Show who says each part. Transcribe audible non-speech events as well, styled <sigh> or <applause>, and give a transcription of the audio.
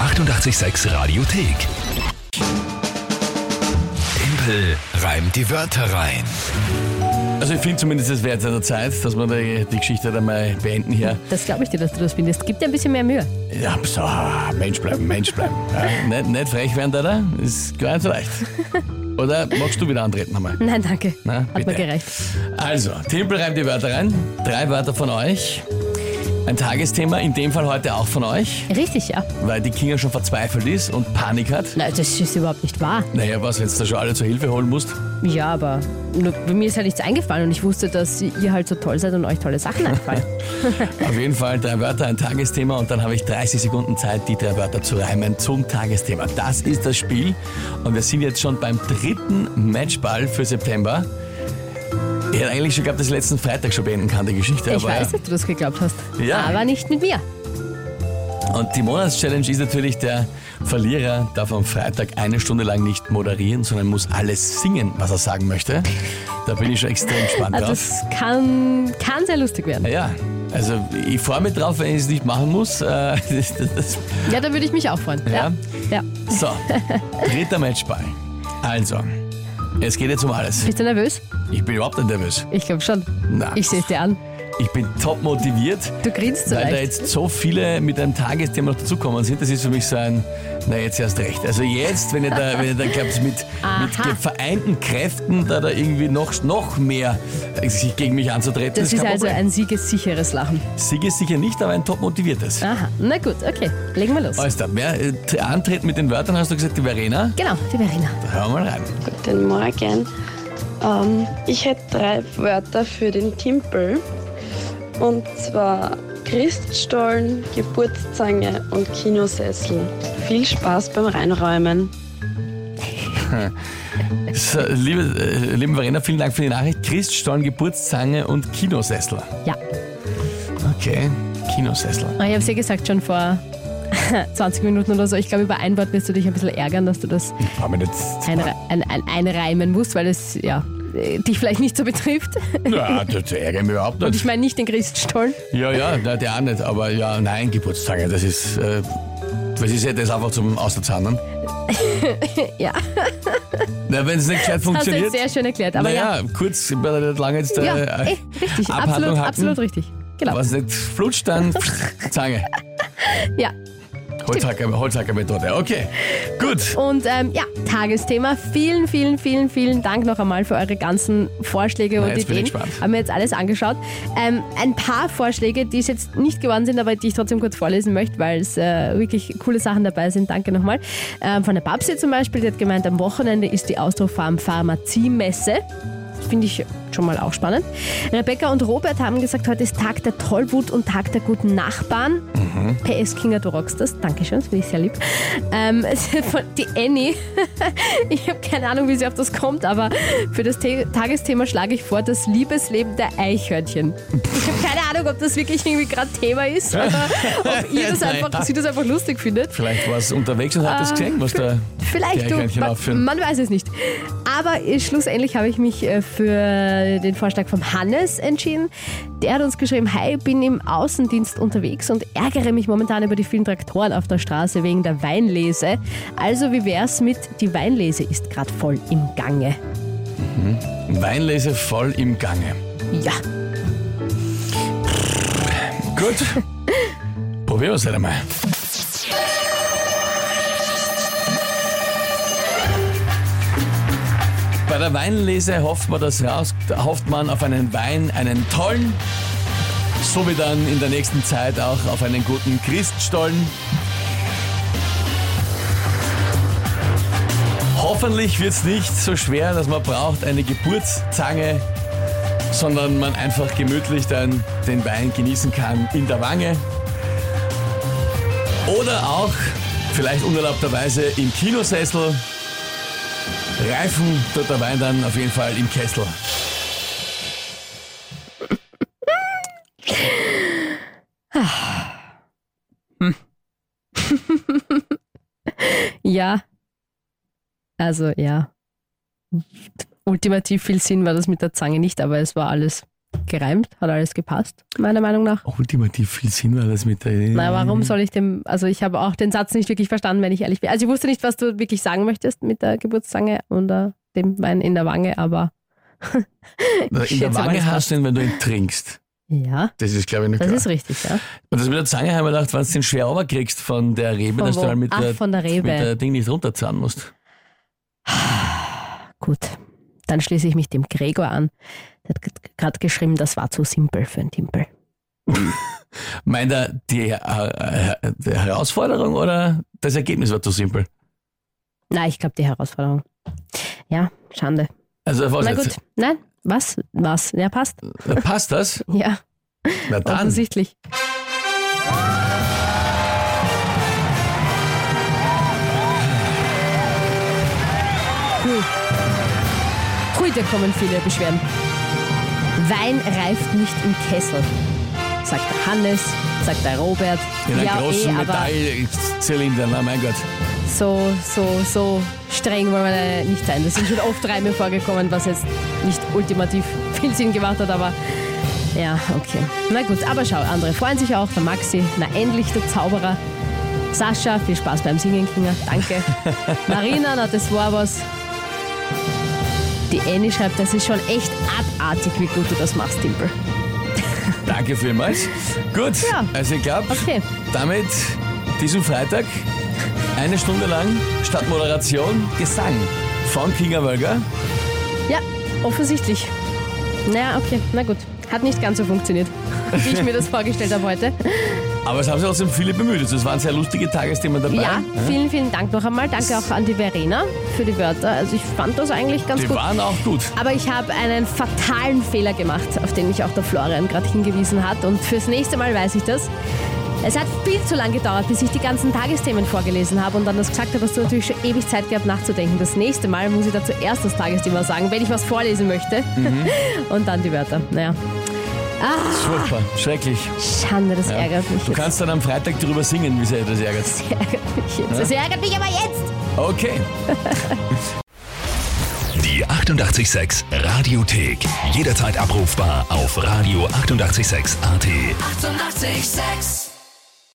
Speaker 1: 886 Radiothek. Tempel reimt die Wörter rein.
Speaker 2: Also ich finde zumindest, es wäre jetzt an der Zeit, dass wir die, die Geschichte dann mal beenden hier.
Speaker 3: Das glaube ich dir, dass du das findest. Gib dir ein bisschen mehr Mühe. <laughs>
Speaker 2: Ja, so, Mensch bleiben, Mensch bleiben. Ja, nicht, nicht frech werden, oder? Ist gar nicht leicht. Oder magst du wieder antreten einmal?
Speaker 3: Nein, danke.
Speaker 2: Na,
Speaker 3: Hat mir
Speaker 2: bitte.
Speaker 3: gereicht.
Speaker 2: Also, Tempel reimt die Wörter rein. Drei Wörter von euch. Ein Tagesthema, in dem Fall heute auch von euch,
Speaker 3: Richtig, ja.
Speaker 2: weil die Kinga schon verzweifelt ist und Panik hat.
Speaker 3: Nein, das ist überhaupt nicht wahr.
Speaker 2: Naja, was, wenn du da schon alle zur Hilfe holen musst?
Speaker 3: Ja, aber nur, bei mir ist halt nichts eingefallen und ich wusste, dass ihr halt so toll seid und euch
Speaker 2: <laughs>
Speaker 3: tolle Sachen einfallen.
Speaker 2: Auf jeden Fall drei Wörter, ein Tagesthema und dann habe ich 30 Sekunden Zeit, die drei Wörter zu reimen zum Tagesthema. Das ist das Spiel und wir sind jetzt schon beim dritten Matchball für September. Ich hätte eigentlich schon gehabt, dass ich letzten Freitag schon beenden kann, die Geschichte.
Speaker 3: ich
Speaker 2: aber
Speaker 3: weiß, dass du das geglaubt hast.
Speaker 2: Ja.
Speaker 3: Aber nicht mit mir.
Speaker 2: Und die Monatschallenge ist natürlich, der Verlierer darf am Freitag eine Stunde lang nicht moderieren, sondern muss alles singen, was er sagen möchte. Da bin ich schon extrem gespannt
Speaker 3: Also
Speaker 2: drauf.
Speaker 3: das kann, kann sehr lustig werden.
Speaker 2: Ja, also ich freue mich drauf, wenn ich es nicht machen muss. Äh, <laughs> Das, das,
Speaker 3: Ja, da würde ich mich auch freuen.
Speaker 2: Ja?
Speaker 3: ja.
Speaker 2: so, dritter Matchball. Also, es geht jetzt um alles.
Speaker 3: Bist du nervös?
Speaker 2: Ich bin überhaupt nicht nervös.
Speaker 3: Ich glaube schon.
Speaker 2: Na.
Speaker 3: Ich sehe es dir an.
Speaker 2: Ich bin top motiviert.
Speaker 3: Du grinst so
Speaker 2: Weil da
Speaker 3: leicht.
Speaker 2: jetzt so viele mit einem Tagesthema noch dazukommen sind, das ist für mich so ein, na jetzt erst recht. Also jetzt, wenn ihr da, wenn ihr da glaubt, mit, mit
Speaker 3: Aha.
Speaker 2: ge- vereinten Kräften da, da irgendwie noch, noch mehr äh, sich gegen mich anzutreten,
Speaker 3: Das ist
Speaker 2: kein
Speaker 3: also
Speaker 2: Problem.
Speaker 3: ein siegessicheres Lachen.
Speaker 2: Sieg ist sicher nicht, aber ein top motiviertes.
Speaker 3: Aha. Na gut, okay. Legen wir los.
Speaker 2: Alles klar, wer äh, t- antreten mit den Wörtern, hast du gesagt, die Verena?
Speaker 3: Genau, die Verena.
Speaker 2: Hör mal rein.
Speaker 4: Guten Morgen. Ähm, ich hätte drei Wörter für den Timpel. Und zwar Christstollen, Geburtszange und Kinosessel. Viel Spaß beim Reinräumen.
Speaker 2: So, liebe, äh, liebe Verena, vielen Dank für die Nachricht. Christstollen, Geburtszange und Kinosessel.
Speaker 3: Ja.
Speaker 2: Okay, Kinosessel.
Speaker 3: Ah, Ich habe es ja gesagt schon vor <laughs> 20 Minuten oder so. Ich glaube, über ein Wort wirst du dich ein bisschen ärgern, dass du das
Speaker 2: War mir jetzt.
Speaker 3: ein, ein, ein, einreimen musst, weil es ja, äh, dich vielleicht nicht
Speaker 2: <laughs>
Speaker 3: so betrifft.
Speaker 2: Ja, das ärgere mich überhaupt nicht.
Speaker 3: Und ich meine nicht den Christstollen.
Speaker 2: Ja, ja, na, der auch nicht, aber ja, nein, Geburtstage, das ist, äh, was ist ja das einfach zum Außerzahnern?
Speaker 3: <laughs> Ja,
Speaker 2: Na, wenn es nicht gescheit
Speaker 3: hast du
Speaker 2: funktioniert.
Speaker 3: jetzt sehr schön erklärt. Aber ja,
Speaker 2: naja, kurz, ich werde nicht lange jetzt äh,
Speaker 3: ja,
Speaker 2: äh,
Speaker 3: eh, richtig,
Speaker 2: Abhandlung
Speaker 3: absolut,
Speaker 2: hatten.
Speaker 3: absolut richtig. Genau.
Speaker 2: Was nicht flutscht, dann
Speaker 3: <laughs>
Speaker 2: pff, Zange.
Speaker 3: Ja.
Speaker 2: Holzhacker- Holzhacker-Methode, okay. Gut.
Speaker 3: Und ähm, ja, Tagesthema. Vielen, vielen, vielen, vielen Dank noch einmal für eure ganzen Vorschläge
Speaker 2: Na,
Speaker 3: und
Speaker 2: jetzt bin
Speaker 3: Ideen.
Speaker 2: ich gespannt.
Speaker 3: Haben wir jetzt alles angeschaut. Ähm, ein paar Vorschläge, die es jetzt nicht geworden sind, aber die ich trotzdem kurz vorlesen möchte, weil es äh, wirklich coole Sachen dabei sind. Danke nochmal. Ähm, von der Babsi zum Beispiel, die hat gemeint, am Wochenende ist die Austrofarm Pharmaziemesse. Finde ich schon mal auch spannend. Rebecca und Robert haben gesagt, heute ist Tag der Tollwut und Tag der guten Nachbarn. PS Kinga, du rockst das. Dankeschön, das finde ich sehr lieb. Ähm, von- die Annie, <laughs> ich habe keine Ahnung, wie sie auf das kommt, aber für das The Tagesthema schlage ich vor, das Liebesleben der Eichhörnchen. Ich habe keine Ahnung, ob das wirklich irgendwie gerade Thema ist oder ob ihr das
Speaker 2: Naja.
Speaker 3: einfach, sie das einfach lustig findet.
Speaker 2: Vielleicht war es unterwegs und hat das gesehen, was da die
Speaker 3: Ah. Vielleicht du,
Speaker 2: Eichhörnchen
Speaker 3: man,
Speaker 2: aufführen.
Speaker 3: man weiß es nicht. Aber äh, schlussendlich habe ich mich äh, für den Vorschlag vom Hannes entschieden. Der hat uns geschrieben, hi, bin im Außendienst unterwegs und ärgere mich momentan über die vielen Traktoren auf der Straße wegen der Weinlese. Also wie wär's mit, die Weinlese ist gerade voll im Gange.
Speaker 2: Weinlese voll im Gange.
Speaker 3: Ja,
Speaker 2: Gut. Probieren wir es halt einmal. Bei der Weinlese hofft man, das raus, hofft man auf einen Wein, einen tollen, so wie dann in der nächsten Zeit auch auf einen guten Christstollen. Hoffentlich wird es nicht so schwer, dass man braucht eine Geburtszange sondern man einfach gemütlich dann den Wein genießen kann in der Wange. Oder auch, vielleicht unerlaubterweise, im Kinosessel. Reifen tut der Wein dann auf jeden Fall im Kessel.
Speaker 3: ja. Also ja. Ultimativ viel Sinn war das mit der Zange nicht, aber es war alles gereimt, hat alles gepasst, meiner Meinung nach.
Speaker 2: Ultimativ viel Sinn war das mit der.
Speaker 3: Na, warum soll ich dem, also ich habe auch den Satz nicht wirklich verstanden, wenn ich ehrlich bin. Also ich wusste nicht, was du wirklich sagen möchtest mit der Geburtszange und äh, dem Wein in der Wange, aber
Speaker 2: Na, In
Speaker 3: schätze
Speaker 2: der
Speaker 3: mal,
Speaker 2: Wange
Speaker 3: das
Speaker 2: hast du ihn, wenn du ihn trinkst.
Speaker 3: ja,
Speaker 2: Das ist, glaube ich, noch
Speaker 3: das
Speaker 2: klar.
Speaker 3: ist richtig, ja.
Speaker 2: Und das mit der Zange haben wir gedacht, wenn du den schwer runterkriegst von der Rebe,
Speaker 3: Von
Speaker 2: dass
Speaker 3: wo?
Speaker 2: du halt mit,
Speaker 3: Ach,
Speaker 2: der,
Speaker 3: von der Rebe.
Speaker 2: mit der Ding nicht runterzahlen musst.
Speaker 3: Gut, dann schließe ich mich dem Gregor an. Der hat gerade geschrieben, das war zu simpel für einen Timpel.
Speaker 2: Meint er die, äh, äh, die Herausforderung oder das Ergebnis war zu simpel?
Speaker 3: Na, ich glaube, die Herausforderung. Ja, Schande.
Speaker 2: Also, was
Speaker 3: Na
Speaker 2: jetzt?
Speaker 3: gut, nein, was? Was? Ja, passt.
Speaker 2: Passt das?
Speaker 3: Ja,
Speaker 2: Na dann.
Speaker 3: offensichtlich. Hui. Hui, Hm. da kommen viele Beschwerden. Wein reift nicht im Kessel, sagt der Hannes, sagt der Robert.
Speaker 2: In einem
Speaker 3: ja,
Speaker 2: großen
Speaker 3: eh, aber
Speaker 2: Metallzylinder, na mein Gott.
Speaker 3: so, so, so streng wollen wir da nicht sein. Das sind schon oft Reime vorgekommen, was jetzt nicht ultimativ <laughs> viel Sinn gemacht hat, aber ja, okay. Na gut, aber schau, andere freuen sich auch. Der Maxi, na endlich der Zauberer. Sascha, viel Spaß beim Singen, Kinder. Danke. Marina, na das war was. Die Annie schreibt, das ist schon echt abartig, wie gut du das machst, Timpel.
Speaker 2: Danke vielmals. Gut,
Speaker 3: Ja.
Speaker 2: also ich glaube,
Speaker 3: Okay.
Speaker 2: damit diesen Freitag eine Stunde lang statt Moderation Gesang von Kinga Wölger.
Speaker 3: Ja, offensichtlich. Naja, okay, na gut. Hat nicht ganz so funktioniert, <laughs> wie ich mir das vorgestellt habe heute.
Speaker 2: Aber es haben sich trotzdem viele bemüht. Also es waren sehr lustige Tagesthemen dabei.
Speaker 3: Ja, vielen, vielen Dank noch einmal. Danke auch an die Verena für die Wörter. Also ich fand das eigentlich ganz
Speaker 2: Die
Speaker 3: gut.
Speaker 2: waren auch gut.
Speaker 3: Aber ich habe einen fatalen Fehler gemacht, auf den mich auch der Florian gerade hingewiesen hat. Und fürs nächste Mal weiß ich das. Es hat viel zu lange gedauert, bis ich die ganzen Tagesthemen vorgelesen habe und dann das gesagt habe, hast du natürlich schon ewig Zeit gehabt nachzudenken. Das nächste Mal muss ich da zuerst das Tagesthema sagen, wenn ich was vorlesen möchte.
Speaker 2: Mhm.
Speaker 3: <laughs> Und dann die Wörter. Naja,
Speaker 2: Das ist furchtbar. Schrecklich.
Speaker 3: Schande, das ärgert mich
Speaker 2: Du
Speaker 3: jetzt.
Speaker 2: kannst dann am Freitag drüber singen, wie sehr das ärgert.
Speaker 3: Das ärgert mich <laughs> jetzt. Das ärgert mich aber jetzt.
Speaker 2: Okay.
Speaker 1: Die 886 Radiothek. Jederzeit abrufbar auf radio886.at. 886!
Speaker 5: 886